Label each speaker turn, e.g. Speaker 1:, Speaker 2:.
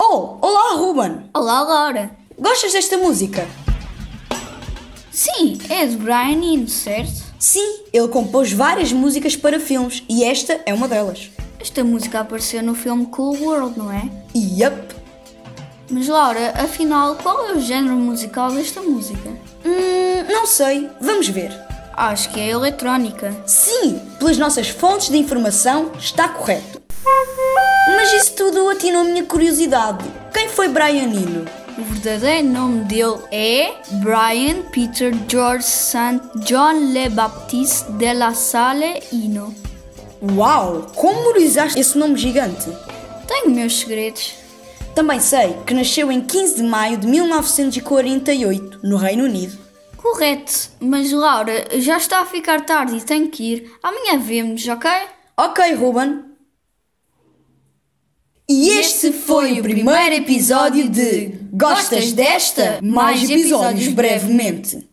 Speaker 1: Oh, olá Ruben!
Speaker 2: Olá, Laura.
Speaker 1: Gostas desta música?
Speaker 2: Sim, é de Brian Eno, certo?
Speaker 1: Sim, ele compôs várias músicas para filmes e esta é uma delas.
Speaker 2: Esta música apareceu no filme Cool World, não é?
Speaker 1: Yup!
Speaker 2: Mas, Laura, afinal, qual é o género musical desta música?
Speaker 1: Hum, não sei, vamos ver.
Speaker 2: Acho que é eletrónica.
Speaker 1: Sim, pelas nossas fontes de informação está correto. Mas isso tudo atinou a minha curiosidade. Quem foi Brian Eno?
Speaker 2: O verdadeiro nome dele é Brian Peter George St. John Le Baptiste de la Salle Ino.
Speaker 1: Uau, como memorizaste esse nome gigante?
Speaker 2: Tenho meus segredos.
Speaker 1: Também sei que nasceu em 15 de maio de 1948, no Reino Unido.
Speaker 2: Correto, mas Laura, já está a ficar tarde e tenho que ir. Amanhã vemos, ok?
Speaker 1: Ok, Ruben. E este foi o primeiro episódio de Gostas desta? Mais episódios brevemente.